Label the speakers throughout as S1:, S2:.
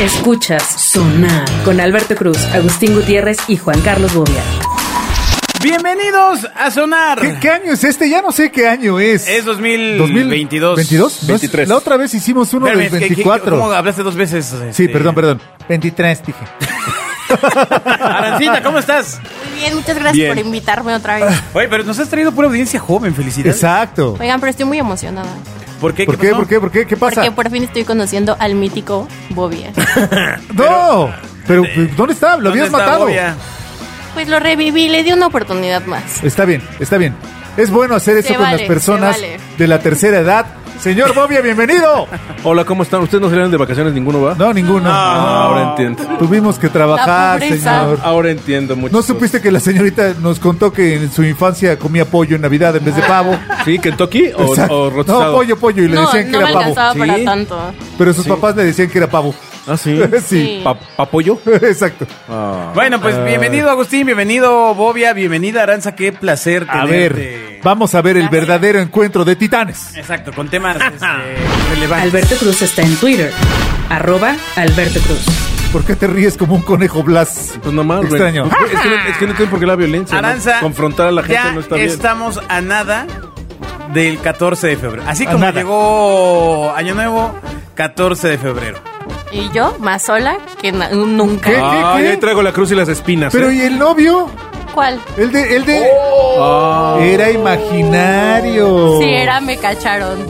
S1: Escuchas Sonar con Alberto Cruz, Agustín Gutiérrez y Juan Carlos Bobia.
S2: Bienvenidos a Sonar.
S3: ¿Qué, qué año es este? Ya no sé qué año es.
S2: Es 2022.
S3: 2022. ¿No es-
S4: 23.
S3: La otra vez hicimos uno
S2: Espérame,
S3: del
S2: es que- que-
S3: 24.
S2: ¿Cómo hablaste dos veces?
S3: Sí,
S2: Este,
S3: perdón, perdón. 23, dije.
S2: Arancita, ¿cómo estás?
S5: Muy bien, muchas gracias
S4: Bien.
S5: por invitarme otra vez.
S2: Oye, pero nos has traído pura audiencia joven, felicidades.
S3: Exacto.
S5: Oigan, pero estoy muy emocionada.
S2: ¿Por qué?
S3: ¿Por
S2: ¿Qué
S3: qué?
S2: pasó?
S3: ¿Por qué? ¿Por qué? ¿Qué pasa?
S5: Porque por fin estoy conociendo al mítico Bobby. ¿eh?
S3: No. Pero, ¿dónde está? Lo
S2: ¿Dónde
S3: habías
S2: está
S3: matado.
S2: Bobia?
S5: Pues lo reviví, le di una oportunidad más.
S3: Está bien, está bien. Es bueno hacer eso
S5: Se
S3: con
S5: vale,
S3: las personas
S5: se vale.
S3: de la tercera edad. Señor Bobia, bienvenido.
S4: Hola, ¿cómo están? ¿Ustedes no salieron de vacaciones ninguno, va?
S3: No, ninguno.
S4: Ah, ahora entiendo.
S3: Tuvimos que trabajar,
S5: La pobreza.
S3: señor.
S4: Ahora entiendo mucho.
S3: ¿No supiste que la señorita nos contó que en su infancia comía pollo en Navidad en vez de pavo?
S4: ¿Sí? ¿Kentucky o,
S3: Exacto.
S4: o
S3: no,
S4: rotizado?
S3: pollo, pollo, y le
S5: No,
S3: decían que
S5: no me
S3: era pavo.
S5: alcanzaba para
S4: Sí.
S5: tanto.
S3: Pero sus papás le decían que era pavo.
S4: Ah, sí.
S3: sí.
S5: Sí.
S4: Pa- ¿Papollo?
S3: Exacto.
S4: Ah.
S2: Bueno, pues bienvenido Agustín, bienvenido Bobia, bienvenida Aranza, qué placer tenerte.
S3: A ver, vamos a ver el
S5: Gracias.
S3: verdadero encuentro de titanes.
S2: Exacto, con temas este, relevantes.
S1: Alberto Cruz está en Twitter. Arroba Alberto Cruz.
S3: ¿Por qué te ríes como un conejo Blas?
S4: Pues nomás, güey.
S3: Extraño.
S4: Pues, Es que, no- es que no entiendo por qué la violencia. ¿no?
S2: Aranza,
S4: Confrontar a la gente
S2: ya
S4: no está bien.
S2: estamos a nada del 14 de febrero. Así
S3: A
S2: como
S3: nada.
S2: llegó Año Nuevo, 14 de febrero.
S5: Y yo, más sola que na- nunca.
S3: ¿Qué?
S4: Ah,
S3: ¿Qué, qué?
S4: ahí traigo la cruz y las espinas.
S3: Pero
S4: ¿eh?
S3: ¿y el novio?
S5: ¿Cuál?
S3: El de, el de.
S4: Ah.
S3: Era imaginario.
S5: Si era, me cacharon.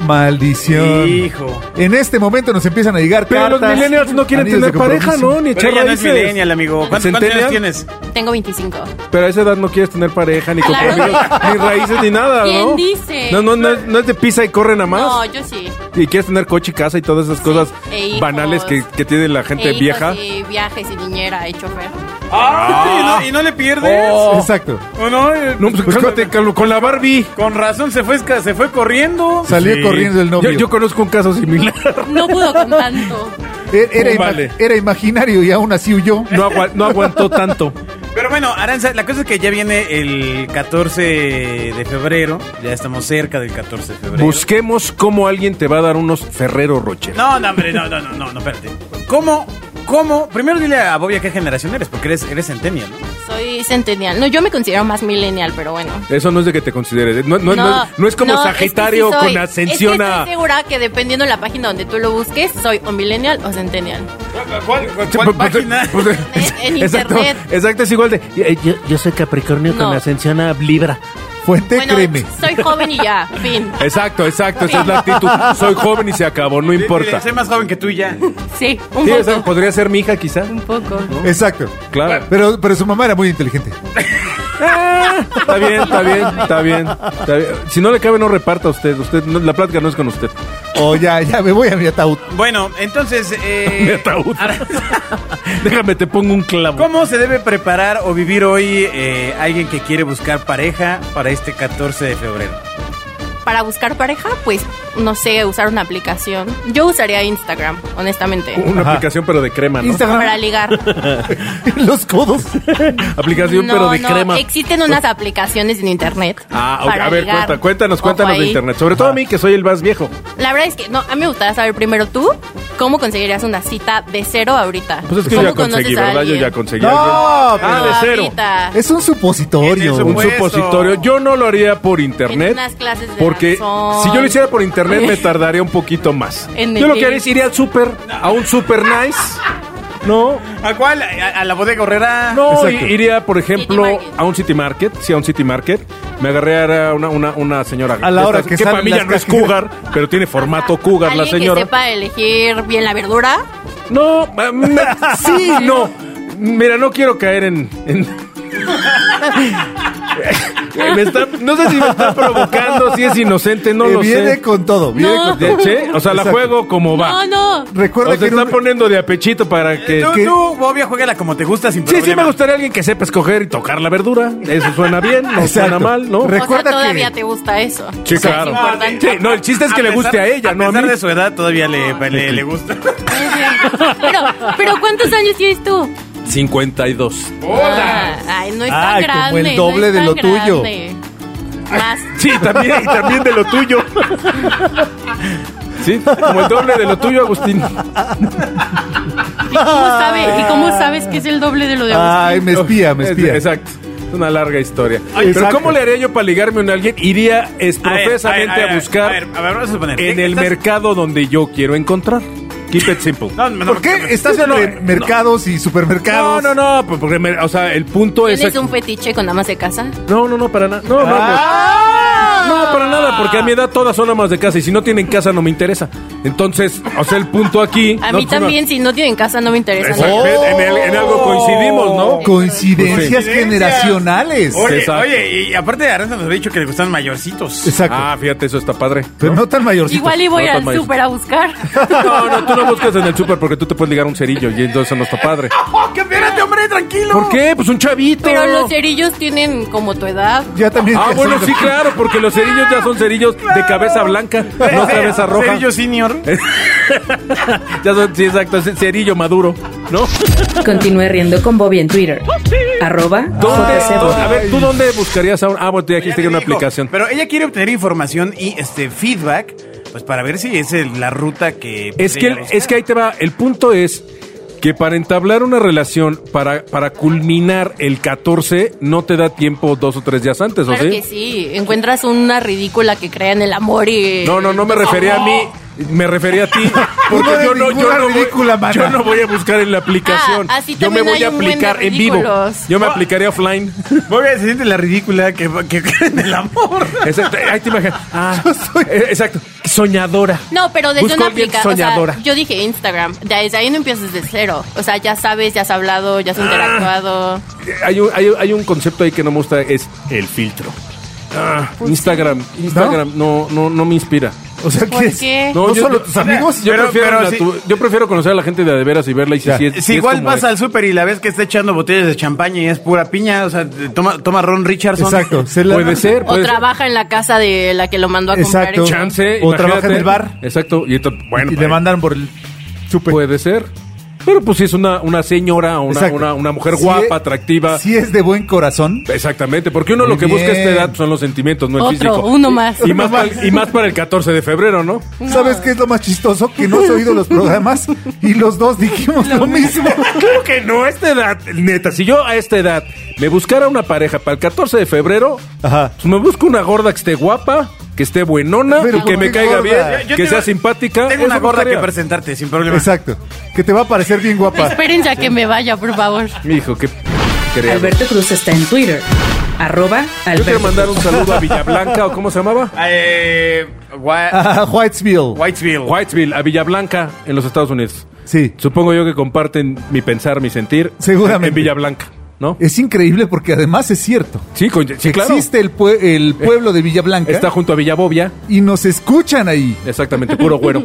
S3: Maldición.
S2: Hijo.
S3: En este momento nos empiezan a llegar
S4: Pero los
S3: cartas.
S4: millennials no quieren
S3: anillos de
S4: tener pareja,
S3: compromiso.
S4: ¿no? Ni
S2: Pero
S4: echar
S2: ella no es
S4: raíces.
S2: millennial, amigo. ¿Cuántos, cuántos años
S4: ¿Centennial?
S2: tienes?
S5: Tengo 25.
S4: Pero a esa edad no quieres tener pareja, ni
S5: Claro.
S4: compromiso, ni raíces, ni nada,
S5: ¿Quién
S4: ¿no?
S5: dice?
S4: No, no, no es, no es de pisa y corre nada más.
S5: No, yo sí.
S4: Y quieres tener coche y casa y todas esas cosas
S5: E hijos.
S4: banales que, que tiene la gente
S5: E hijos
S4: vieja.
S5: Y viajes y niñera y chofer.
S2: Ah, ¿Y, no, y no le pierdes.
S4: Oh.
S3: Exacto.
S2: ¿O no? Eh,
S4: No, pues cálmate, Carlos, con la Barbie.
S2: Con razón se fue, esca- se fue corriendo.
S3: Salió
S4: Sí.
S3: corriendo el novio.
S4: Yo, yo conozco un caso similar.
S5: No pudo con tanto.
S3: E- Era, ima-
S4: Oh, Vale.
S3: era imaginario y aún así huyó.
S4: No, agua- no aguantó tanto.
S2: Pero bueno, Aranza, la cosa es que ya viene el 14 de febrero. Ya estamos cerca del 14 de febrero.
S4: Busquemos cómo alguien te va a dar unos Ferrero Rocher.
S2: No, no, hombre, no, no, no, no, no, espérate. ¿Cómo? ¿Cómo? Primero dile a Bobia qué generación eres, porque eres, eres centennial, ¿no?
S5: Soy centenial. No, yo me considero más millennial, pero bueno.
S4: Eso no es de que te consideres. No, no- no es- no es como
S5: no,
S4: Sagitario
S5: es que sí soy.
S4: con ascensión
S5: Es que
S4: a.
S5: estoy segura que dependiendo de la página donde tú lo busques, soy o millennial o centennial.
S2: ¿Cuál, cuál,
S4: Pues, pues,
S2: página?
S4: pues,
S5: En
S4: exacto,
S5: internet.
S4: exacto, es igual de.
S6: Eh, Yo, yo soy Capricornio
S5: No.
S6: con ascensión a Libra.
S3: Fuente,
S5: bueno,
S3: créeme.
S5: soy joven y ya, fin.
S4: Exacto, exacto, esa es la actitud. Soy joven y se acabó, no importa.
S2: Soy más joven que tú y ya.
S5: Sí, un poco.
S4: Sí, esa podría ser mi hija, quizá.
S5: Un poco.
S3: Exacto.
S4: Claro.
S3: Pero, pero su mamá era muy inteligente.
S4: Ah, Está bien, está bien, está bien, está bien. Si no le cabe, no reparta a usted. usted no- la plática no es con usted.
S3: O ya, ya me voy a mi ataúd.
S2: Bueno, entonces, eh,
S4: Mi ataúd.
S2: Aranza,
S4: Déjame, te pongo un clavo.
S2: ¿cómo se debe preparar o vivir hoy eh, alguien que quiere buscar pareja para este 14 de febrero?
S5: Para buscar pareja, pues, no sé, usar una aplicación. Yo usaría Instagram, honestamente.
S4: Una
S3: Ajá.
S4: aplicación, pero de crema, ¿no?
S5: Para
S3: Instagram.
S5: ligar.
S3: Los codos.
S4: Aplicación, pero de crema.
S5: Existen unas aplicaciones en internet.
S4: Ah, ok,
S5: para
S4: a ver,
S5: ligar.
S4: cuenta- cuéntanos,
S5: Ojo
S4: cuéntanos de
S5: ahí.
S4: internet. Sobre todo a mí, que soy el más viejo.
S5: La verdad es que no, a mí me gustaría saber primero tú cómo conseguirías una cita de cero ahorita.
S4: Pues es que yo
S5: ¿Cómo
S4: ya conseguí,
S5: conoces a
S4: ¿verdad? Yo
S5: alguien?
S4: ya conseguí.
S3: No,
S4: a alguien.
S3: pero-
S4: Ah, de cero.
S5: Ahorita.
S3: Es un
S2: Es
S3: supositorio.
S2: un
S4: Un
S2: Pues,
S4: supositorio.
S2: oh.
S4: Yo no lo haría por internet.
S5: En unas clases de
S4: Porque
S5: danzón.
S4: si yo lo hiciera por internet me tardaría un poquito más.
S5: En
S4: Yo lo que
S5: medir.
S4: haría es iría al súper, a un super nice. No,
S2: ¿A cuál? ¿A, a la bodega horrera?
S4: no,
S3: Exacto.
S4: i- iría por ejemplo
S5: City Market.
S4: a un city market, sí, a un city market. Me agarré a una, una, una señora.
S3: A la
S4: de
S3: hora
S4: estas
S3: que
S4: que
S3: salen
S4: para mí ya
S3: las
S4: no es
S3: cajitas.
S4: cougar, pero tiene formato cougar la
S5: Alguien
S4: señora.
S5: que sepa elegir bien la verdura.
S4: No, ma- ma- sí, no. Mira, no quiero caer en. en- Me está- no sé si me está provocando, si es inocente, no
S3: Eh,
S4: lo
S3: viene
S4: sé.
S3: con todo. Viene
S5: No.
S3: con todo.
S4: De- che, O sea, la
S3: Exacto.
S4: juego como
S5: No,
S4: va.
S5: no.
S3: Recuerda
S4: O
S3: que
S4: te
S3: en
S4: está
S3: un-
S4: poniendo de apechito para que.
S2: Tú,
S4: que-
S2: tú, Bobia, juégala como te gusta sin
S4: Sí,
S2: problema.
S4: sí, me gustaría alguien que sepa escoger y tocar la verdura. Eso suena bien, no suena
S3: Exacto.
S4: mal, ¿no?
S3: Re- Recuerda
S5: o sea,
S3: que-
S5: todavía te gusta eso.
S4: Sí,
S5: O sea,
S4: claro.
S5: Es importante.
S4: Sí, no, el chiste es que le guste a ella, no a
S2: A pesar
S4: mí.
S2: de su edad, todavía le, le, le gusta.
S4: Ah,
S5: pero, pero ¿cuántos años tienes tú?
S4: 52.
S5: Ah, Ay, no es tan
S3: Ay, como
S5: grande.
S3: el doble de
S5: no
S3: lo
S5: es tan
S3: tuyo.
S5: grande. Más.
S4: Sí, también, y también de lo tuyo. Sí, como el doble de lo tuyo, Agustín.
S5: ¿Y cómo, sabe- ¿Y
S4: Ah.
S5: cómo sabes que es el doble de lo de
S3: Ay,
S5: Agustín?
S3: me espía, me
S4: Es-
S3: espía.
S4: Exacto. Es una larga historia. Pero
S3: Exacto.
S4: ¿cómo le haría yo para ligarme a alguien? Iría
S2: A ver,
S4: esprofesamente a,
S2: ver,
S4: buscar
S2: ver, a ver, vamos a suponer.
S4: en
S2: ¿Qué-
S4: el
S2: estás-
S4: mercado donde yo quiero encontrar. Keep it simple.
S2: No, no, no,
S3: ¿Por qué
S2: no,
S3: estás
S2: no,
S3: entre
S2: no.
S3: mercados y
S4: No,
S3: supermercados?
S4: no, no, pues, porque me- o sea, el punto es...
S5: ¿Tienes un fetiche con amas de casa?
S4: No, no, no, para nada. No, no,
S3: ¡Ah!
S4: no, no, para nada, porque a mi edad todas son amas de casa y si no tienen casa no me interesa. Entonces, o sea, el punto aquí...
S5: A
S4: no,
S5: mí
S4: pues, no.
S5: también, si no tienen casa, no me interesa.
S4: Exacto.
S5: nada.
S4: En, el- en algo coincidimos, ¿no?
S3: Coincidencias
S2: Coincidencias.
S3: generaciones.
S2: Oye,
S4: Exacto.
S2: oye, y aparte Aranza nos había dicho que le gustan mayorcitos.
S3: Exacto.
S4: Ah, fíjate, eso está padre.
S3: pero no tan mayorcito.
S5: Igual y voy
S4: No,
S5: al
S4: toma eso.
S5: súper a buscar.
S4: No, no, tú no buscas en el súper porque tú te puedes ligar un cerillo y entonces eso no está padre.
S2: ¡Oh, que espérate, hombre, tranquilo!
S4: ¿Por qué? Pues un chavito.
S5: Pero los cerillos tienen como tu edad.
S3: Ya también.
S4: Ah,
S3: ya
S4: bueno,
S3: son-
S4: sí, claro, porque los cerillos ya son cerillos de cabeza blanca, no cabeza roja.
S2: Cerillo senior.
S4: Ya son, sí, exacto, es cerillo maduro, ¿no?
S1: Continúe riendo con Bobby en Twitter. Arroba
S4: ¿Dónde,
S1: JC Bobby.
S4: a ver, ¿tú dónde buscarías a un... Ah, bueno, ya
S2: Ya
S4: dijiste
S2: te
S4: que una
S2: digo,
S4: aplicación.
S2: Pero ella quiere obtener información y este feedback, pues para ver si es el- la ruta que.
S4: Es que,
S2: ella busca.
S4: es que ahí te va. El punto es que para entablar una relación, para, para culminar el 14, no te da tiempo dos o tres días antes, ¿o
S5: Claro
S4: sí?
S5: que sí. Encuentras una ridícula que crea en el amor y.
S4: No, no, no me refería a mí, me refería a ti. Porque
S3: Uno de
S4: yo no, yo,
S3: ninguna
S4: no
S3: ridícula,
S4: voy,
S3: mana.
S4: yo no voy a buscar en la aplicación.
S5: Ah, así
S4: yo me
S5: también
S4: voy
S5: hay
S4: a
S5: un buen de
S4: aplicar en vivo.
S5: ridículos.
S4: Yo me aplicaré offline.
S2: Voy a decirte la ridícula que, que cree en el amor.
S4: Exacto, ahí te imaginas. Ah, eh, exacto. Soñadora.
S5: No, pero desde
S4: Busco
S5: una
S4: a alguien
S5: aplicación. O
S4: soñadora.
S5: sea, yo dije Instagram. Ya Desde ahí no empiezas de cero. O sea, ya sabes, ya has hablado, ya has interactuado.
S4: Ah. Hay un, hay, hay un concepto ahí que no me gusta, es el filtro. Ah,
S5: Pues
S4: Instagram, Instagram ¿No? No, no, me inspira.
S3: O sea,
S5: ¿Por
S3: que es-
S5: qué?
S3: No,
S4: No, yo-
S3: solo tus amigos.
S4: Yo,
S2: Pero-
S4: prefiero
S2: pero
S4: la
S2: si-
S4: tu- yo prefiero conocer a la gente de a de veras y verla y si,
S3: Ya.
S4: si es-
S2: Si
S4: si es
S2: igual
S4: como
S2: vas
S4: es.
S2: al súper y la ves que está echando botellas de champaña y es pura piña, o sea, te- toma, toma Ron Richardson.
S3: Exacto. se la-
S4: Puede ser,
S5: O
S4: puede ser.
S5: trabaja en la casa de la que lo mandó a comprar.
S3: Exacto.
S5: y-
S4: Chance.
S3: O trabaja en
S4: imagínate.
S3: el bar.
S4: Exacto. Y entonces, bueno,
S3: y le pues.
S4: pues,
S3: mandan por el super.
S4: Puede ser. Pero pues si es una, una señora, una,
S3: Exacto.
S4: una, una mujer
S3: Si
S4: guapa,
S3: es-
S4: atractiva.
S3: Si es de buen corazón.
S4: Exactamente, porque uno lo
S3: Muy
S4: que busca a esta
S3: bien.
S4: edad son los sentimientos, no el
S5: Otro,
S4: físico.
S5: uno más.
S4: Y
S5: Uno
S4: más,
S3: más.
S4: Para, el- y más para el 14 de febrero, ¿no?
S3: ¿Sabes qué es lo más chistoso? Que no has oído los programas y los dos dijimos lo mismo.
S4: Claro que no, a esta edad, neta, si yo a esta edad me buscara una pareja para el 14 de febrero,
S3: Ajá.
S4: pues me busco una gorda que esté guapa, que esté buenona,
S3: Pero
S4: y que
S3: ¿por
S4: me
S3: qué
S4: caiga
S3: gorda?
S4: bien, que
S2: tengo-
S4: sea simpática.
S2: Tengo una
S4: eso
S2: gorda que
S4: buscaría.
S2: presentarte, sin problema.
S3: Exacto. Que te va a parecer bien guapa.
S5: Esperen ya que me vaya, por favor.
S4: Hijo, que... creo.
S1: Alberto Cruz está en Twitter. Arroba
S4: Yo quiero
S1: Alberto
S4: mandar un saludo a Villablanca, ¿o cómo se llamaba?
S2: Eh, Gua-
S3: Ah, Whitesville.
S2: Whitesville.
S4: Whitesville, a Villablanca, en los Estados Unidos.
S3: Sí.
S4: Supongo yo que comparten mi pensar, mi sentir.
S3: Seguramente.
S4: En Villablanca, ¿no?
S3: Es increíble porque además es cierto.
S4: Sí, con- sí, claro. Eh,
S3: Existe el, pue- el pueblo de Villablanca
S4: Está junto a Villabobia.
S3: y nos escuchan ahí.
S4: Exactamente, puro güero.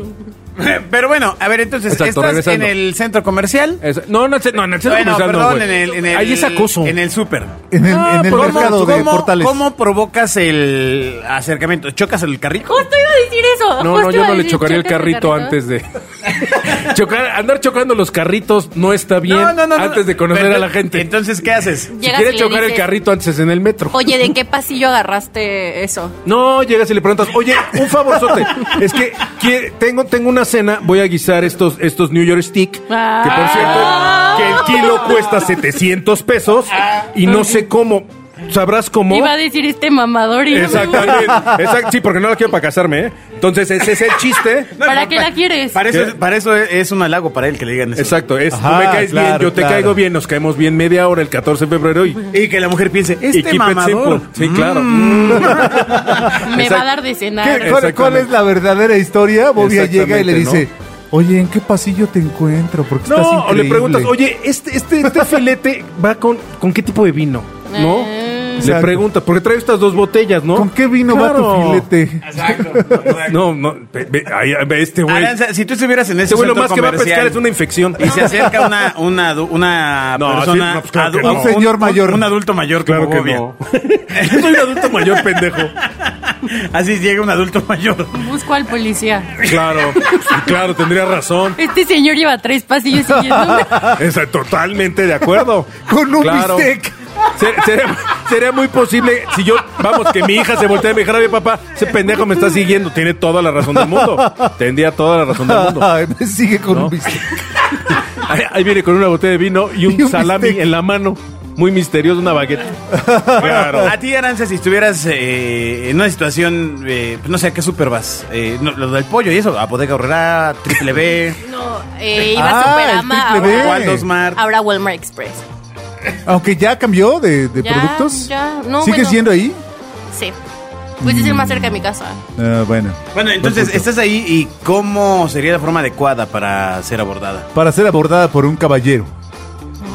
S2: Pero bueno, a ver, entonces,
S4: Exacto,
S2: estás
S4: regresando.
S2: en el centro comercial.
S4: Es- no, no, en el- no, en el centro
S2: Bueno,
S4: comercial no,
S2: perdón,
S4: güey.
S2: en el, en el-
S4: Ahí es acoso.
S2: En el súper.
S3: En el,
S4: Ah,
S3: en el
S4: ¿cómo-
S3: mercado de
S2: ¿Cómo-
S3: portales.
S2: ¿Cómo provocas el acercamiento? ¿Chocas el carrito?
S5: Justo iba a decir eso.
S4: No,
S5: justo iba
S4: no, yo
S5: a
S4: no le
S5: decir,
S4: chocaría el
S5: chocas
S4: carrito antes de... Chocar, andar chocando los carritos no está bien antes de conocer
S2: Pero,
S4: a la gente.
S2: Entonces, ¿qué haces?
S4: si
S5: Llegas y
S4: quieres
S5: le
S4: chocar el
S5: dices,
S4: carrito antes en el metro.
S5: Oye, ¿de qué pasillo agarraste eso?
S4: No, llegas y le preguntas, oye, un favorzote. es que, que tengo, tengo una cena, voy a guisar estos, estos New York Stick, que por cierto,
S5: Ah.
S4: que el kilo cuesta 700 pesos y no sé cómo. ¿Sabrás cómo?
S5: Iba a decir este mamador y no me gusta.
S4: Exactamente. Exact- sí, porque no la quiero para casarme, ¿eh? Entonces, ese es el chiste.
S5: ¿Para qué la quieres?
S2: Para
S4: ¿Qué?
S2: eso, para eso es- es un halago para él que le digan eso.
S4: Exacto, es
S3: Ajá,
S4: tú me caes
S3: claro,
S4: bien, yo te
S3: claro.
S4: caigo bien, nos caemos bien media hora el 14 de febrero y,
S2: Y que la mujer piense,
S4: y keep
S2: este
S4: it
S2: mamador. Mm.
S4: simple. Sí, claro. Mm.
S5: Me va
S4: Exacto.
S5: a dar de cenar.
S3: ¿Qué- cuál, cuál es la verdadera historia? Bobia llega y le
S4: Exactamente,
S3: dice, oye, ¿en qué pasillo te encuentro? Porque estás
S4: No, o
S3: increíble.
S4: le preguntas, oye, este, este, este filete va con, con qué tipo de vino, ¿no? Le
S3: Exacto.
S4: preguntas, porque traigo estas dos botellas, ¿no?
S3: ¿Con qué vino
S4: Claro.
S3: va tu filete?
S2: Exacto. exacto.
S4: No, no, ve, ve- ahí- ve este güey.
S2: Aranza, si tú estuvieras en ese
S4: Este güey lo
S2: centro
S4: más que va a
S2: comercial
S4: pescar es una infección.
S2: y se acerca una, una, adu- una
S4: No, sí,
S2: persona,
S4: no, pues claro que
S2: adu-
S4: no.
S3: Un señor mayor.
S2: un adulto mayor,
S4: Claro
S2: como
S4: que
S2: Bobia.
S4: no. Soy un adulto mayor, pendejo.
S2: Así llega un adulto mayor.
S5: Busco al policía.
S4: Claro, sí, claro, tendría razón.
S5: Este señor lleva tres pasillos siguiéndome.
S4: Está totalmente de acuerdo.
S3: Con un
S4: Claro.
S3: bistec.
S4: Ser- sería, sería muy posible si yo, vamos, que mi hija se voltea y me dijera, "Oye, papá, ese pendejo me está siguiendo. Tiene toda la razón del mundo. Tendría toda la razón del mundo.
S3: Ay, me sigue con
S4: ¿No?
S3: un bistec.
S4: Ahí, ahí viene con una botella de vino y un,
S3: Y un
S4: salami
S3: bistec.
S4: en la mano. Muy misterioso, una baguette.
S2: Bueno,
S4: Claro.
S2: A ti, Aranza, si estuvieras eh, en una situación, eh, pues no sé, ¿a qué super vas? Eh, no, lo del pollo y eso, a Bodega Horrera, Triple B,
S5: No, eh, iba
S3: Ah,
S5: a Superama,
S3: el triple B.
S5: ahora,
S2: Waldos Mart.
S5: ahora Walmart Express.
S3: Aunque ya cambió de, de
S5: Ya,
S3: productos.
S5: ya, no,
S3: ¿Sigue
S5: bueno.
S3: siendo ahí?
S5: Sí. Pues es el más cerca de mi casa.
S3: Ah, bueno.
S2: Bueno, entonces
S3: punto.
S2: estás ahí y ¿cómo sería la forma adecuada para ser abordada?
S3: Para ser abordada por un caballero.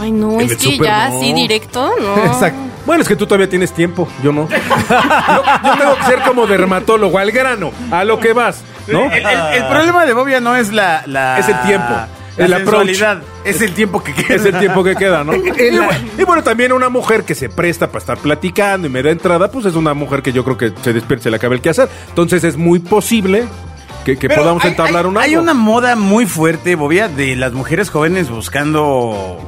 S5: Ay, no,
S4: En
S5: es
S4: el
S5: que
S4: súper,
S5: ya
S4: no.
S5: así directo, no.
S3: Exacto.
S4: Bueno, es que tú todavía tienes tiempo, yo no. Yo, yo tengo que ser como dermatólogo, al grano, a lo que vas, ¿no?
S2: El, el- el problema de Bobia no es la, la-
S4: Es el tiempo,
S2: la
S4: el approach.
S2: sensualidad, es el tiempo que queda.
S4: Es el tiempo que queda, ¿no? Y,
S3: El-
S4: bueno- y bueno, también una mujer que se presta para estar platicando y me da entrada, pues es una mujer que yo creo que se despierta y se le acaba el quehacer. Entonces es muy posible que, que
S2: Pero
S4: podamos
S2: hay-
S4: entablar
S2: hay,
S4: un
S2: Hay
S4: algo.
S2: una moda muy fuerte, Bobia, de las mujeres jóvenes buscando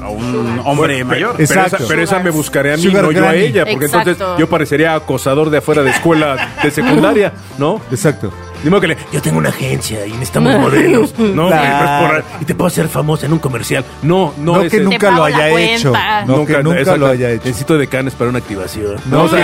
S2: a un hombre
S4: Bueno, pues,
S2: mayor.
S4: Pero, esa,
S3: Exacto.
S4: pero esa me buscaré a mí,
S3: Sugar
S4: no yo a
S3: granny.
S4: ella, porque
S5: Exacto.
S4: entonces yo parecería acosador de afuera de escuela de secundaria, ¿no?
S3: Exacto.
S4: Dime que le...
S6: Yo tengo una agencia y necesitamos modelos.
S5: Pues
S4: No, güey, no es por-
S6: Y te puedo hacer famosa en un comercial.
S4: No, no,
S3: No,
S4: es
S3: que
S4: eso.
S5: Te
S3: nunca
S5: pago
S3: lo
S5: la
S3: haya
S5: cuenta.
S3: hecho. No, que nunca
S4: exacto.
S3: lo haya hecho.
S4: Necesito de canes para una activación.
S3: No,
S4: O sea,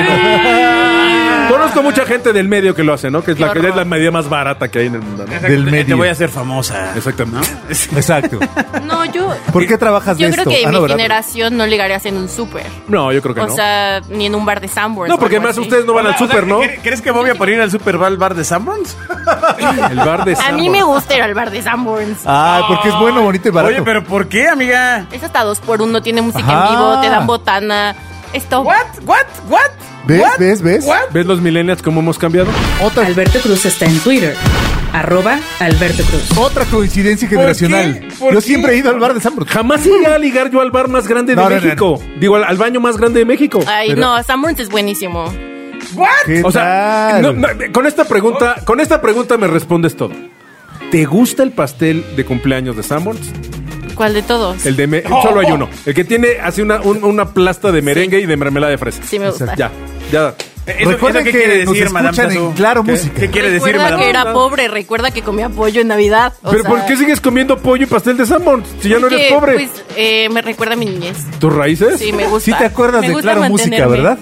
S4: Conozco mucha gente del medio que lo hace, ¿no? Que es la,
S5: Qué
S4: que es
S5: horror.
S4: la medida más barata que hay en el mundo, ¿no?
S3: Del
S2: eh, Te- Te
S3: medio.
S2: voy a hacer famosa.
S4: Exactamente.
S3: Exacto.
S5: No, yo.
S3: ¿Por qué trabajas
S5: Yo
S3: de
S5: creo
S3: esto?
S5: que
S3: Ah,
S5: mi
S3: no, ¿verdad?
S5: generación no ligarías en un súper.
S4: No, yo creo que
S5: O
S4: no.
S5: sea, ni en un bar de Sanborns.
S4: no,
S5: o
S4: porque
S5: algo
S4: además
S5: así.
S4: ustedes no van
S2: O
S4: al
S2: sea,
S4: súper, ¿no?
S2: ¿cre- ¿Crees que Bobia por ir al súper va al bar de Sanborns?
S4: El bar de
S5: A mí me gusta ir al bar de Sanborns.
S3: Ah, porque es bueno, bonito y barato.
S2: Oye, pero ¿por qué, amiga?
S5: Es hasta dos por uno, tiene música
S3: Ajá.
S5: en vivo, te dan botana. Esto.
S2: ¿What? ¿What? ¿What?
S3: ¿Ves?
S2: What?
S3: ¿Ves? ¿Ves?
S2: What?
S4: ¿Ves los millennials cómo hemos cambiado?
S3: Otra,
S1: Alberto Cruz está en Twitter. Arroba Alberto Cruz.
S3: otra coincidencia generacional.
S2: qué? ¿Por
S3: Yo
S2: qué?
S3: siempre he ido al bar de Sambro.
S4: Jamás iría a ligar yo al bar más grande de
S3: No, no, no,
S4: México. Digo, al, al baño más grande de México.
S5: Ay,
S4: Pero-
S5: no, Sanborns es buenísimo.
S3: ¿Qué
S4: O sea,
S3: tal?
S4: no, no, con esta pregunta, con esta pregunta me respondes todo. ¿Te gusta el pastel de cumpleaños de Sanborns?
S5: ¿Cuál de todos?
S4: El de me- solo hay uno. El que tiene así una, un- una plasta de merengue y de mermelada de fresa.
S5: Sí, me gusta.
S4: Ya, ya.
S2: ¿Eso-
S3: Recuerden
S2: eso qué
S3: que
S2: quiere
S3: nos
S2: decir,
S3: escuchan
S2: Madame Sassou?
S3: en Claro
S2: ¿Qué?
S3: Música.
S2: ¿Qué quiere decir,
S5: recuerda
S2: Madame?
S5: que era pobre, recuerda que comía pollo en Navidad. o
S4: Pero
S5: sea,
S4: ¿por qué sigues comiendo pollo y pastel de Sanborns? Si ya no eres
S5: porque,
S4: pobre.
S5: Pues eh, me recuerda a mi niñez.
S4: ¿Tus raíces?
S5: Sí, me gusta.
S3: Sí te acuerdas
S5: Me
S3: de
S5: gusta
S3: Claro Música,
S5: mantenerme.
S3: ¿verdad?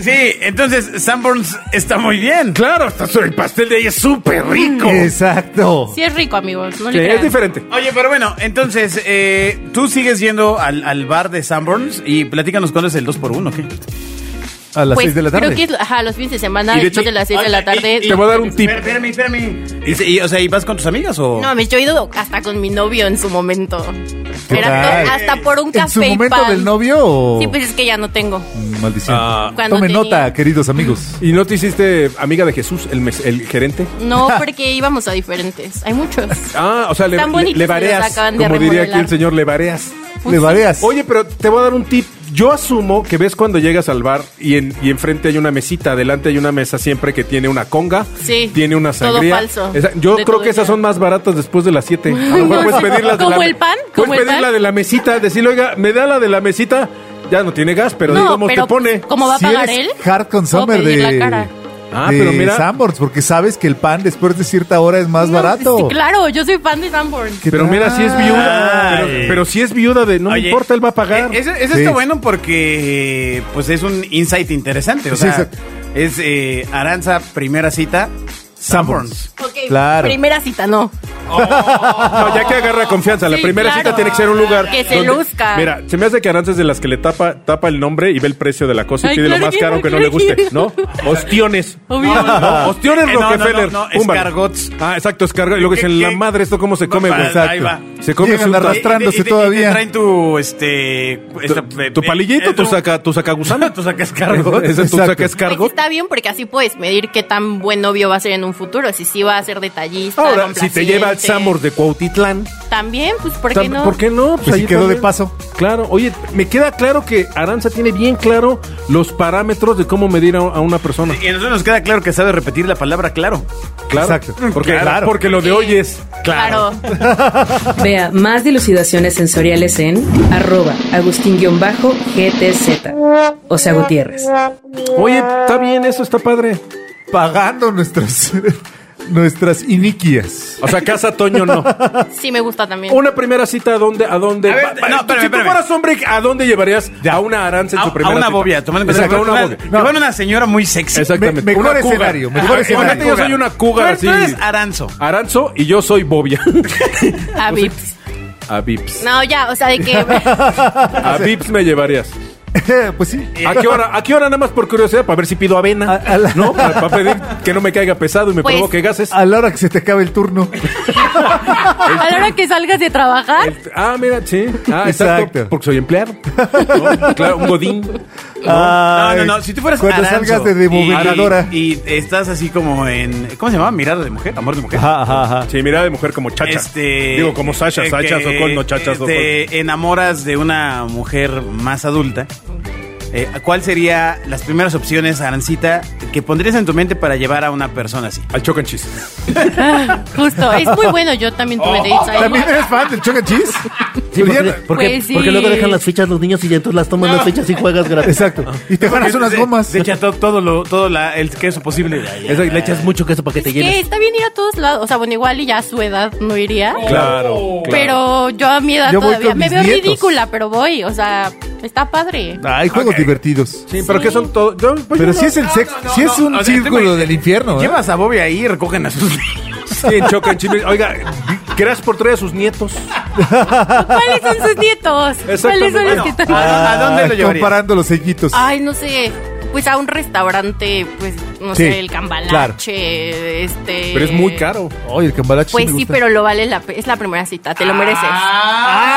S2: Sí, entonces Sanborns está muy bien.
S4: Claro, hasta el pastel de ahí es súper rico.
S3: Exacto.
S5: Sí es rico, amigos. No
S4: Sí,
S5: le
S4: es
S5: crean.
S4: diferente.
S2: Oye, pero bueno, entonces, eh, tú sigues yendo al, al bar de Sanborns y platícanos cuál es el 2x1, ¿o ¿qué?
S3: A las
S5: Pues,
S3: 6 de la tarde.
S5: Creo que es, ajá, los fines de semana,
S4: Y de
S5: después
S4: hecho-
S5: de las 6 de la tarde.
S4: y- y- te voy a dar un tip.
S2: Espérame, espérame. Y, y, o sea, ¿y vas con tus amigas o...?
S5: No, me yo he ido hasta con mi novio en su momento.
S3: ¿Qué
S5: Era
S3: tal?
S5: to- hasta por un
S3: ¿En su
S5: café y
S3: momento
S5: pan.
S3: del novio o...?
S5: Sí, pues es que ya no tengo.
S3: Mm, Maldición.
S4: Ah.
S5: Cuando
S3: Tome
S5: tenía.
S3: nota, queridos amigos.
S4: ¿Y no te hiciste amiga de Jesús, el, mes- el gerente?
S5: No, porque íbamos a diferentes. Hay muchos.
S4: Ah, o sea, le,
S5: Están bonitos
S4: le
S5: y los
S4: vareas.
S5: acaban de
S4: Como diría aquí
S5: remodelar.
S4: el señor, le vareas.
S3: Le vareas.
S4: Oye, pero te voy a dar un tip. Yo asumo que ves cuando llegas al bar y, en, y enfrente hay una mesita, adelante hay una mesa siempre que tiene una conga,
S5: Sí.
S4: tiene una
S5: Todo
S4: sangría.
S5: falso.
S4: Esa- yo
S5: De
S4: creo
S5: todo
S4: que esas
S5: eso.
S4: son más baratas después de las 7. A lo mejor puedes pedir las de
S5: ¿Como
S4: la-
S5: el pan? ¿Como
S4: Puedes
S5: el
S4: pedir
S5: pan?
S4: la de la mesita, decirle, oiga, me da la de la mesita. Ya no tiene gas, pero de
S5: no,
S4: cómo
S5: pero pues,
S4: te pone.
S5: ¿cómo va a
S3: Si
S5: pagar
S3: eres
S5: él?
S3: Hard consumer
S5: Puedo pedir la
S3: de...
S5: cara.
S4: Ah,
S3: de
S4: pero mira.
S3: Sanborns, porque sabes que el pan después de cierta hora es más
S5: No,
S3: barato.
S5: pues, sí, claro, yo soy fan de Sanborns.
S3: ¿Qué
S4: Pero
S3: tal?
S4: mira, si es viuda.
S2: Ay.
S4: Pero, pero si es viuda de no me
S2: Oye,
S4: importa, él va a pagar.
S2: eh, Eso, eso
S3: Sí.
S2: está bueno porque pues es un insight interesante. O
S3: Sí,
S2: sea,
S3: exacto.
S2: es eh, Aranza, primera cita, Sanborns.
S5: Ok,
S3: Claro.
S5: primera cita, no.
S4: No, ya que agarra confianza. La
S5: Sí,
S4: primera
S5: claro.
S4: cita tiene que ser un lugar.
S5: Que se luzca.
S4: Mira, se me hace que Aranza es de las que le tapa, tapa el nombre y ve el precio de la cosa y
S5: Ay,
S4: pide lo
S5: claro
S4: más
S5: que
S4: caro
S5: no,
S4: que no le
S5: claro
S4: guste,
S5: que
S4: ¿no? Ostiones.
S5: Obvio.
S4: No, ostiones
S2: Eh, no, no,
S4: Rockefeller.
S2: no, no,
S4: Púmbale.
S2: escargots.
S4: Ah, exacto, escargot. Y luego
S2: ¿Qué,
S4: dicen, la
S2: qué?
S4: madre, ¿esto cómo se come, güey?
S2: Ahí
S3: Exacto.
S2: va.
S4: Se come
S3: Llegan
S4: su-
S3: arrastrándose
S2: Y- y- y- Y te
S3: todavía.
S2: traen tu, este... esta- eh,
S4: ¿Tu palillito?
S2: eh,
S4: ¿Tu saca, tu sacagusano?
S2: tu sacascargot.
S4: Ese es tu
S3: Exacto.
S5: Pues
S4: sacascargot.
S5: está bien porque así puedes medir qué tan buen novio va a ser en un futuro. Si sí va a ser detallista.
S4: Ahora, si te lleva al
S5: complaciente.
S4: Samur de Cuautitlán,
S5: También, pues, ¿por qué
S4: tam-
S5: no?
S4: ¿por qué no? Pues
S3: Pues sí
S4: ahí
S3: quedó de
S4: también.
S3: paso.
S4: Claro, oye, me queda claro que Aranza tiene bien claro los parámetros de cómo medir a, a una persona.
S2: Y a nosotros nos queda claro que sabe repetir la palabra claro.
S4: Claro.
S3: Exacto.
S4: Porque,
S2: Claro.
S4: porque lo de hoy es.
S5: Claro.
S1: Vea más dilucidaciones sensoriales en arroba agustín-gtz. O sea, Gutiérrez.
S4: Oye, está bien, eso está padre.
S3: Pagando nuestras, nuestras iniquias.
S4: O sea, casa Toño no.
S5: Sí, me gusta también.
S4: Una primera cita, ¿a dónde? ¿A dónde?
S2: A ver,
S4: Pa- pa-
S2: no, espérame,
S4: si tú
S2: espérame.
S4: fueras hombre, ¿a dónde llevarías a una Aranza en
S2: A,
S4: su primera
S2: a una
S4: cita?
S2: bobia, tomando en cuenta
S4: Exacto,
S2: que
S4: a una
S2: van-
S4: bobia.
S2: que van una señora muy sexy.
S4: Exactamente.
S3: Me- mejor
S4: Una cougar.
S3: escenario, mejor
S4: Ah,
S3: escenario.
S4: imagínate, Yo soy una cougar
S2: Tú-
S4: así.
S2: Tú eres Aranzo.
S4: Aranzo y yo soy bobia.
S5: A Vips.
S4: A Vips.
S5: No, ya, o sea, de que.
S4: A Vips me llevarías.
S3: pues sí.
S4: ¿A qué hora? ¿A qué hora nada más por curiosidad? Para ver si pido avena.
S3: A- a la-
S4: ¿No? Para, para pedir que no me caiga pesado y me
S5: Pues-
S4: provoque gases.
S3: A la hora que se te acabe el turno.
S5: A la hora que salgas de trabajar.
S4: Ah, mira, sí. Ah, exacto.
S3: Exacto.
S4: Porque soy empleado. ¿No? Claro, un godín.
S2: No,
S3: Ay,
S2: no, no. Si tú fueras
S3: Cuando
S2: Aranzo
S3: salgas de
S2: y-
S3: demovedora.
S2: Y, y estás así como en. ¿Cómo se llama? Mirada de mujer, amor de mujer.
S3: Ajá, ajá, ajá.
S4: Sí, mira de mujer como chacha.
S2: Este,
S4: Digo, como Sasha,
S2: eh,
S4: Sasha,
S2: que,
S4: Sokol, no chacha,
S2: eh,
S4: Sokol.
S2: Te enamoras de una mujer más adulta. Eh, ¿Cuál sería las primeras opciones, Arancita, que pondrías en tu mente para llevar a una persona así?
S4: Al chocan chis.
S5: Justo. Es muy bueno. Yo también tuve dates ahí.
S3: ¿También eres fan del Choca Cheese?
S6: Sí,
S3: Pero ya-
S6: porque, porque,
S5: Pues sí.
S6: porque luego dejan las fichas los niños y ya entonces las toman las fichas y juegas gratis.
S3: Exacto. Y te ganas unas
S2: De-
S3: gomas.
S2: De hecho, todo, todo lo, todo la- el queso posible.
S6: Eso, y le echas mucho queso para que te
S5: Que
S6: llenes.
S5: está bien ir a todos lados. O sea, bueno, igual y ya a su edad no iría.
S2: Oh.
S4: Claro, claro.
S5: Pero yo a mi edad
S3: Yo voy
S5: todavía
S3: con
S5: me
S3: mis
S5: veo
S3: nietos.
S5: ridícula, pero voy. O sea, está padre.
S3: Hay juegos divertidos.
S4: Sí, pero que son todos. yo- pues
S3: Pero
S4: yo
S3: si
S4: no-
S3: es el sexo,
S2: no,
S3: si es
S2: no,
S3: un
S2: o sea,
S3: círculo
S2: estoy-
S3: del infierno. ¿eh?
S2: Llevas a Bobby ahí y recogen a sus
S4: Sí, en chocan chis. Oiga, gracias por traer a sus nietos.
S5: ¿Cuáles son sus nietos? ¿Cuáles son los
S2: Bueno,
S5: que están?
S2: ¿A dónde lo
S3: Ah,
S2: llevarías?
S3: Comparando los sellitos.
S5: Ay, no sé. Pues a un restaurante, pues, no
S3: Sí,
S5: sé, el cambalache,
S3: claro.
S5: este...
S4: Pero es muy caro.
S3: Ay, el cambalache.
S5: Pues
S3: me
S5: sí,
S3: gusta.
S5: pero lo vale la pe- es la primera cita, te lo mereces.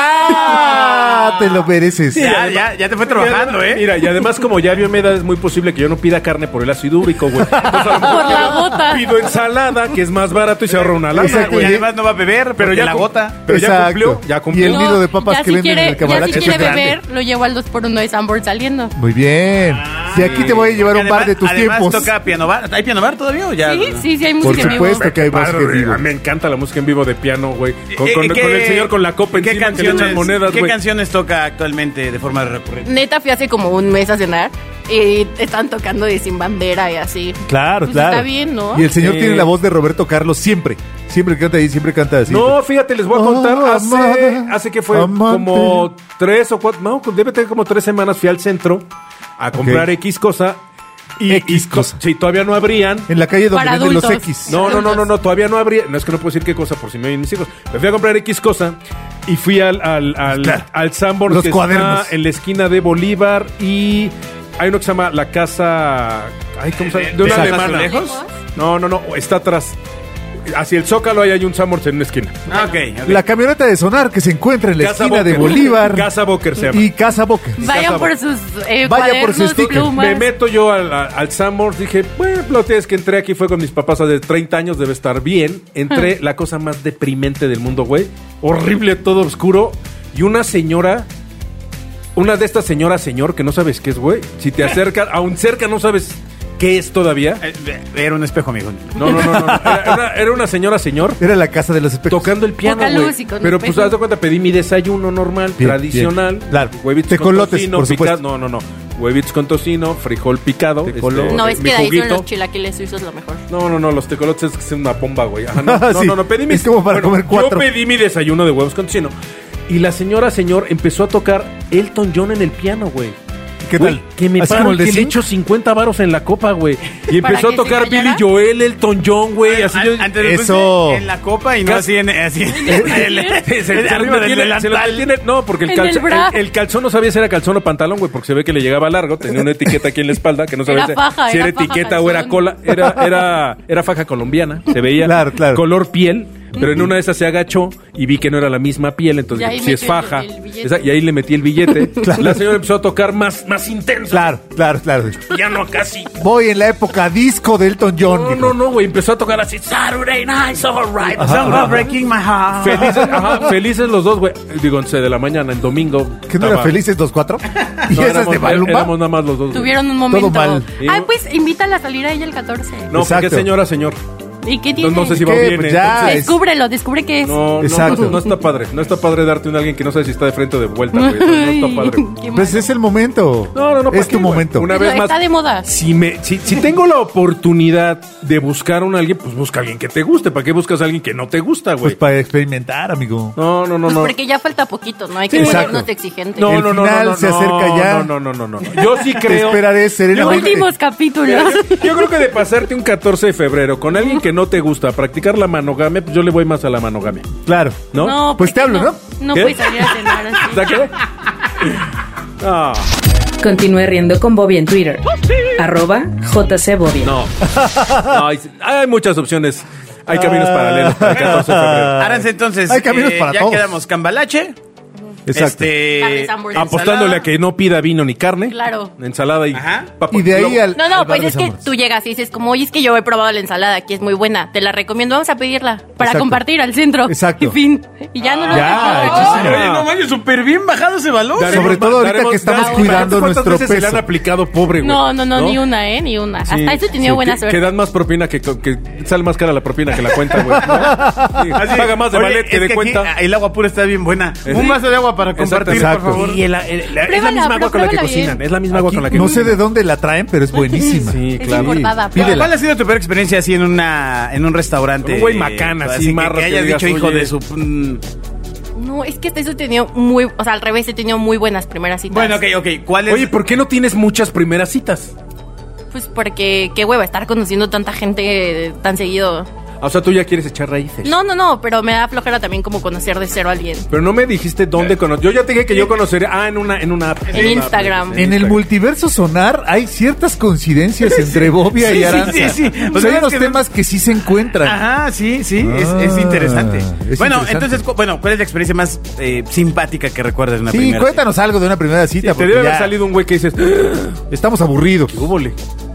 S3: Ah, te lo mereces.
S2: Ya, ya, ya te fue trabajando, ¿eh?
S4: Mira, y además, como ya vio mi edad, es muy posible que yo no pida carne por el ácido úrico, güey. Entonces, a lo mejor
S5: Por la gota.
S4: Pido ensalada, que es más barato y se ahorra una lana,
S3: Exacto.
S2: y
S4: güey.
S2: además no va a beber, pero ya la
S4: cum-
S2: gota.
S4: Pero ya
S3: Exacto.
S4: cumplió, ya cumplió.
S3: Y el nido de papas
S5: ya
S3: que
S5: si
S3: venden
S5: quiere,
S3: en el cambalache.
S5: Ya si
S3: Eso es
S5: quiere
S3: grande.
S5: beber, lo llevo al 2x1 de Sambor saliendo.
S3: Muy bien. Y aquí te voy a llevar un par de tus
S2: además
S3: tiempos.
S2: toca piano bar. ¿Hay piano bar todavía o ya?
S5: Sí, sí, sí, hay
S3: Por
S5: música en vivo.
S3: supuesto que hay más que
S4: Padre,
S3: vivo.
S4: ah, me encanta la música en vivo de piano, güey. Con,
S2: Eh,
S4: con-
S2: ¿qué-
S4: con el señor con la copa
S2: ¿qué
S4: encima que le
S2: canciones,
S4: echan monedas,
S2: ¿Qué
S4: güey.
S2: canciones toca actualmente de forma recurrente?
S5: Neta, fui hace como un mes a cenar y están tocando de Sin Bandera y así.
S3: Claro,
S5: Pues está bien, ¿no?
S3: Y el señor
S4: Sí.
S3: tiene la voz de Roberto Carlos siempre. Siempre canta ahí, siempre canta así.
S4: No, fíjate, les voy a contar.
S3: Oh,
S4: hace,
S3: amada,
S4: hace que fue
S3: amante.
S4: como tres o cuatro, no, debe tener como tres semanas. Fui al centro a comprar X cosa. Y,
S3: X
S4: y-
S3: cosa.
S4: Sí, todavía no abrían.
S3: En la calle donde
S5: Para
S3: venden los
S5: adultos.
S3: X.
S4: No, no, no, no, no, todavía no habría. No es que no puedo decir qué cosa por si me oyen mis hijos. Me fui a comprar X cosa y fui al, al, al,
S3: Claro.
S4: al Sambor
S3: Los
S4: que
S3: cuadernos.
S4: está en la esquina de Bolívar y hay uno que se llama La Casa. Ay, ¿cómo se llama? De una
S2: ¿Casa
S4: alemana.
S2: Azulejos?
S4: No, no, no, está atrás. Hacia el Zócalo ahí hay un Sambor en una esquina.
S2: Ah, ok. ok.
S3: La camioneta de sonar que se encuentra en la
S4: Casa
S3: esquina de
S4: Bocker.
S3: Bolívar.
S4: Casa Bocker se llama.
S3: Y Casa Bocker.
S5: Vayan
S4: Casa-
S5: por sus eh,
S3: Vaya por su
S5: cuadernos,
S3: sticker.
S5: plumas.
S4: Me meto yo al, a- al Sanborns, dije, bueno, la última vez que entré aquí fue con mis papás hace 30 años, debe estar bien. Entré, la cosa más deprimente del mundo, güey. Horrible, todo oscuro. Y una señora, una de estas señoras, señor, que no sabes qué es, güey. Si te acercas, aún cerca no sabes qué es todavía.
S2: Eh, Era un espejo, amigo.
S4: No, no, no, no. no. Era, una, era una señora, señor.
S3: Era la casa de los espejos.
S4: Tocando el piano,
S5: Poca
S4: güey.
S5: luz y con
S4: Pero
S5: espejo.
S4: pues, haz de cuenta, pedí mi desayuno normal,
S3: Bien,
S4: tradicional.
S3: bien. Claro.
S4: Huevitos
S3: Tecolotes,
S4: con tocino,
S3: por supuesto.
S4: pica- No, no, no. Huevitos con tocino, frijol picado. este,
S3: Tecolotes.
S5: No, es
S4: mi
S5: que de ahí son
S4: juguito.
S5: los chilaquiles suizos lo mejor.
S4: No, no, no, los tecolotes es que son una bomba, güey. Ajá, no, no,
S3: Sí,
S4: no, no, pedí mi...
S3: es como para comer cuatro.
S4: Yo pedí mi desayuno de huevos con chino. Y la señora, señor, empezó a tocar Elton John en el piano, güey.
S3: ¿Qué
S4: Güey,
S3: tal?
S4: que me
S3: Así
S4: paro
S3: como
S4: y
S3: el
S4: que
S3: de
S4: le
S3: Zinc.
S4: echo 50 varos en la copa, güey. Y
S5: ¿Para
S4: empezó a
S5: que se
S4: tocar Billy
S5: callara?
S4: Joel, Elton John, güey. Así yo...
S2: Antes de
S3: Eso.
S2: puse En la copa y no así en. Así en- el-
S4: Se- se-
S2: el-
S4: se
S2: arriba
S4: lo
S2: del
S4: tiene- se lo
S2: delantal.
S4: tiene- no, porque el,
S5: En el
S4: calzón-
S5: bra.
S4: el- el calzón no sabía si era calzón o pantalón, güey, porque se ve que le llegaba largo, tenía una etiqueta aquí en la espalda que no sabía
S5: Era
S4: si-
S5: faja,
S4: si era,
S5: era faja
S4: etiqueta o era
S5: calzón.
S4: cola, era, era, era faja colombiana, se veía
S3: Claro, claro.
S4: color piel. Pero en una de esas se agachó y vi que no era la misma piel, entonces
S5: Y
S4: dije,
S5: ahí
S4: si es
S5: metió el-
S4: faja.
S5: el billete.
S4: Esa- y ahí le metí el billete. La señora empezó a tocar más, más intenso.
S3: Claro, claro, claro.
S4: Ya no casi.
S3: Voy en la época disco de Elton John.
S4: No,
S3: dijo.
S4: no, no, güey. Empezó a tocar así. Saturday night, it's alright.
S2: Someone breaking my heart.
S4: Ah. Felices, ajá, felices los dos, güey. Digo, 11 de la mañana, el domingo.
S3: ¿Que no era
S4: estaba-
S3: felices los cuatro? ¿Y
S4: No,
S3: esas de Maluma?
S4: Éramos nada más los dos. güey.
S5: Tuvieron un momento.
S3: mal.
S4: ¿eh?
S5: Ay, pues invítala a salir a ella el 14.
S4: No, porque
S3: Exacto.
S4: es señora, señor.
S5: ¿Y qué tiene?
S4: No, no sé si va
S3: ¿Qué?
S4: bien.
S3: Pues ya,
S4: entonces-
S3: es-
S5: Descúbrelo, descubre qué es.
S4: No,
S3: Exacto.
S4: No, no está padre. No está padre darte un alguien que no sabe si está de frente o de vuelta, güey. No está padre.
S5: Qué mal.
S3: Pues es el momento.
S4: No, no, no. ¿para
S3: Es
S4: qué,
S3: tu
S4: güey?
S3: momento.
S4: Una
S5: Pero
S4: vez más.
S5: Está de moda.
S4: Si, me, si, si tengo la oportunidad de buscar a un alguien, pues busca a alguien que te guste. ¿Para qué buscas a alguien que no te gusta,
S3: Pues
S4: güey?
S3: para experimentar, amigo.
S4: no, no, no,
S5: Pues
S4: no.
S5: porque ya falta poquito, ¿no? Hay
S4: Sí,
S5: que
S4: exacto.
S5: ponernos exigentes.
S4: No,
S3: El
S4: no, no,
S3: final
S4: no, no,
S3: se
S4: no,
S3: acerca ya.
S4: No, no, no, no, no. Yo sí
S3: Te
S4: creo.
S3: esperaré serenamente.
S5: Últimos capítulos.
S4: Yo creo que de pasarte un 14 de febrero con alguien que no te gusta, practicar la manogamia, pues yo le voy más a la manogamia,
S3: Claro.
S4: ¿no?
S3: Pues te
S5: porque
S3: hablo, ¿no?
S5: No
S4: ¿Qué?
S5: puedes salir a cenar así.
S4: ¿Ya qué? Ah,
S1: Continúe riendo con Bobby en Twitter. Arroba JC Bobby.
S4: Oh, no. No, hay, hay muchas opciones. Hay caminos paralelos para el 14 de febrero.
S2: Arance, entonces. eh,
S3: Hay caminos para
S2: ya
S3: todos.
S2: quedamos cambalache.
S3: Exacto.
S2: Este,
S5: Carnes, hamburguesas.
S4: Apostándole a que no pida vino ni carne.
S5: Claro.
S4: Ensalada y
S2: Ajá.
S4: papa.
S3: Y de ahí
S4: Luego-
S3: al.
S5: No, no,
S3: al bar
S5: pues
S3: de
S5: es que
S3: Sanborns.
S5: tú llegas y dices, como, oye, es que yo he probado la ensalada, aquí es muy buena, te la recomiendo, vamos a pedirla para
S3: Exacto.
S5: compartir al centro.
S3: Exacto.
S5: Y fin. Y ya no lo
S3: Ya,
S5: hacen.
S3: sí,
S2: Ay,
S3: señor.
S2: oye,
S4: Ah.
S2: no manches, súper bien bajado ese balón.
S4: Daremos-
S3: Sobre todo ahorita
S4: daremos-
S3: que estamos
S4: daremos-
S3: cuidando
S4: ¿Cuántas
S3: nuestro
S4: veces se le
S3: peso?
S4: han aplicado, pobre, güey?
S5: No, no, no, ni una, ¿eh? Ni una.
S4: Sí,
S5: Hasta eso he tenido
S4: sí,
S5: buena
S4: que-
S5: suerte.
S4: Que dan más propina que, que sale más cara la propina que la cuenta, güey. ¿no? Sí,
S2: Así,
S4: Paga más de
S2: oye,
S4: ballet que
S2: es
S4: de
S2: aquí,
S4: cuenta.
S2: ah, el agua pura está bien buena.
S4: Sí.
S2: Un vaso de agua para
S4: Exacto,
S2: compartir,
S4: exacto.
S2: por favor.
S4: Sí, el- el- el- es la
S5: Pruébala,
S4: misma agua con la que
S5: pruébala bien.
S4: cocinan. Es la misma agua
S3: Aquí
S4: con la que
S3: no sé de dónde la traen, pero es buenísima.
S4: Sí,
S5: Es
S4: claro.
S5: engordada.
S2: ¿Cuál cuál ha sido tu peor experiencia así en una en un restaurante?
S4: Un güey macán, así,
S2: que-
S4: marro,
S2: que,
S4: que
S2: hayas
S4: digas,
S2: dicho hijo
S4: "Oye".
S2: de su mm,
S5: No, es que hasta eso he tenido muy, o sea, al revés, he tenido muy buenas primeras citas.
S2: Bueno, ok, ok. ¿Cuál es?
S4: Oye, ¿por qué no tienes muchas primeras citas?
S5: Pues porque, qué hueva, estar conociendo tanta gente eh, tan seguido.
S4: Ah, O sea, tú ya quieres echar raíces.
S5: No, no, no, pero me da flojera también como conocer de cero a alguien.
S4: Pero no me dijiste dónde conocer. Yo ya te dije que yo conocería. Ah, en una, en una app.
S5: En Instagram.
S3: En el multiverso sonar hay ciertas coincidencias entre Bobia
S2: Sí,
S3: y
S2: sí,
S3: Aranza.
S2: sí, sí.
S3: O
S2: O
S3: sea,
S2: sea,
S3: hay
S2: es
S3: unos
S2: que no-
S3: temas que sí se encuentran.
S2: Ajá, sí, sí, es,
S3: Ah,
S2: es interesante.
S3: es
S2: bueno,
S3: interesante.
S2: entonces, cu- bueno, ¿cuál es la experiencia más eh, simpática que recuerdas de una
S3: Sí,
S2: primera?
S3: cuéntanos algo de una primera cita.
S4: Te
S3: porque
S4: debe haber
S3: ya
S4: salido un güey que dices. "Ah,
S3: Estamos aburridos.
S4: "Húbole".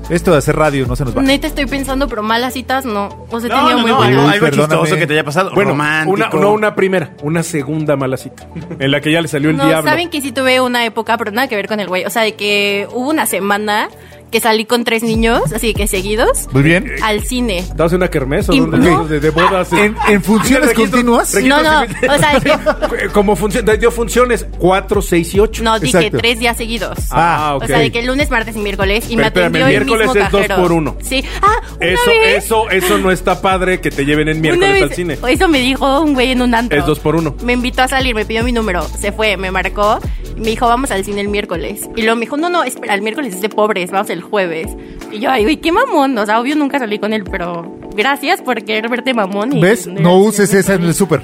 S3: Esto de hacer radio no se nos va.
S5: Neta estoy pensando, pero malas citas no. O sea, he
S2: No,
S5: tenido
S2: no,
S5: muy
S2: no,
S5: buenas.
S2: algo,
S3: Uy,
S2: algo
S3: perdóname.
S2: chistoso que te haya pasado.
S4: Bueno,
S2: romántico.
S4: una, no una primera, una segunda mala cita. En la que ya le salió el
S5: No,
S4: diablo.
S5: saben que sí tuve una época, pero nada que ver con el güey. O sea, de que hubo una semana que salí con tres niños, así que seguidos,
S3: Muy bien.
S5: al cine.
S4: ¿Estabas en una kermés o
S5: Y-
S4: dónde?
S5: no.
S4: De, de bodas.
S3: En, en funciones
S4: Registro-
S3: continuas.
S5: No,
S4: registro-
S5: no, o sea, es que.
S4: Como funciona, dio funciones 4, 6 y 8.
S5: No, dije
S3: Exacto.
S5: tres días seguidos.
S4: Ah, ok.
S5: O sea, de que lunes, martes y miércoles. Y
S4: Pero
S5: me
S4: espérame,
S5: atendió el
S4: miércoles
S5: mismo
S4: es dos
S5: cajero.
S4: por uno.
S5: Sí. Ah, una
S4: Eso,
S5: vez.
S4: eso, eso no está padre que te lleven en
S5: Una
S4: miércoles
S5: vez-
S4: al cine.
S5: Eso me dijo un güey en un antro.
S4: Es dos por uno.
S5: Me invitó a salir, me pidió mi número, se fue, me marcó, y me dijo, vamos al cine el miércoles. Y luego me dijo, no, no, espera, el miércoles es de pobres, vamos el jueves. Y yo, ay, güey, qué mamón. O sea, obvio nunca salí con él, pero gracias por querer verte mamón. y-
S3: ¿Ves? No uses esa en el súper.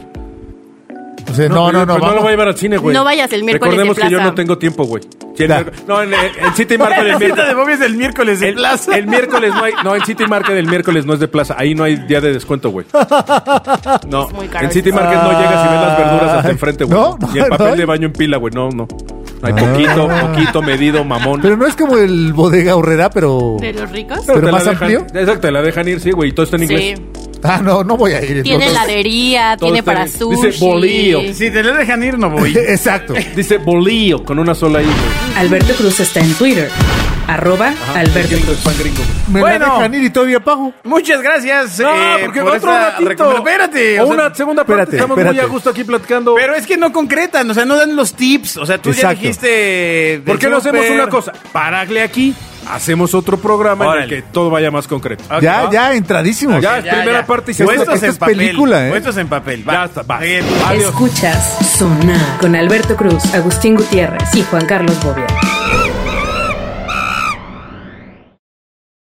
S3: O sea, no, no, no.
S4: pero pues no
S3: vamos.
S4: lo voy a llevar al cine, güey.
S5: No vayas el miércoles de
S4: Recordemos que yo
S5: plaza.
S4: no tengo tiempo, güey. Si el
S3: Ya.
S4: miércoles- No, en, en City Market
S2: La
S4: el
S2: cita de
S4: miércoles.
S2: Bobby es el miércoles de
S4: El,
S2: plaza.
S4: el miércoles no hay. No, en City Market el miércoles no es de plaza. Ahí no hay día de descuento, güey. No,
S5: Es muy caro
S4: en City
S5: eso.
S4: Market no llegas y ves las verduras hasta
S3: Ay.
S4: enfrente, güey.
S3: No, no,
S4: y el papel
S3: no.
S4: de baño en pila, güey. No, no. Hay
S3: Ah.
S4: poquito, poquito, medido, mamón.
S3: Pero no es como el bodega horrera, pero.
S5: ¿De los ricos?
S3: pero
S4: te
S3: más
S4: la dejan-
S3: amplio.
S4: Exacto, te la dejan ir, sí, güey. Y todo está en inglés.
S5: Sí.
S3: Ah, no, no voy a ir.
S5: Tiene
S3: entonces.
S5: heladería,
S4: Todo
S5: tiene
S4: está
S5: para
S4: bien.
S5: sushi.
S4: Dice bolillo.
S2: Si te lo dejan ir, no voy.
S3: Exacto.
S4: Dice bolillo con una sola I. güey.
S1: Alberto Cruz está en Twitter. Arroba Alberto
S4: Siento el
S1: Cruz.
S4: pan gringo.
S3: Me
S2: Bueno.
S3: la dejan ir y todavía pago.
S2: Muchas gracias.
S4: Ah,
S2: eh, por esta recom- Espérate.
S4: O
S2: o sea,
S4: una segunda parte.
S3: espérate,
S4: Estamos
S3: espérate.
S4: muy a gusto aquí platicando.
S2: Pero es que no concretan, o sea, no dan los tips. O sea, tú ya
S3: Exacto.
S2: dijiste. del
S4: ¿Por qué no hacemos
S2: súper.
S4: una cosa? Pararle aquí, hacemos otro programa en el
S2: Órale.
S4: que todo vaya más concreto.
S2: Ok,
S3: ya,
S2: va.
S3: ya, entradísimos.
S4: Ya, primera parte y
S2: se
S4: segunda.
S2: Puestos
S3: Esto
S2: en
S3: es
S2: papel.
S3: película, ¿eh?
S2: Puestos en papel. Va.
S4: Ya está, va.
S2: Bien.
S4: Adiós.
S1: Escuchas Sonar con Alberto Cruz, Agustín Gutiérrez y Juan Carlos Bobia.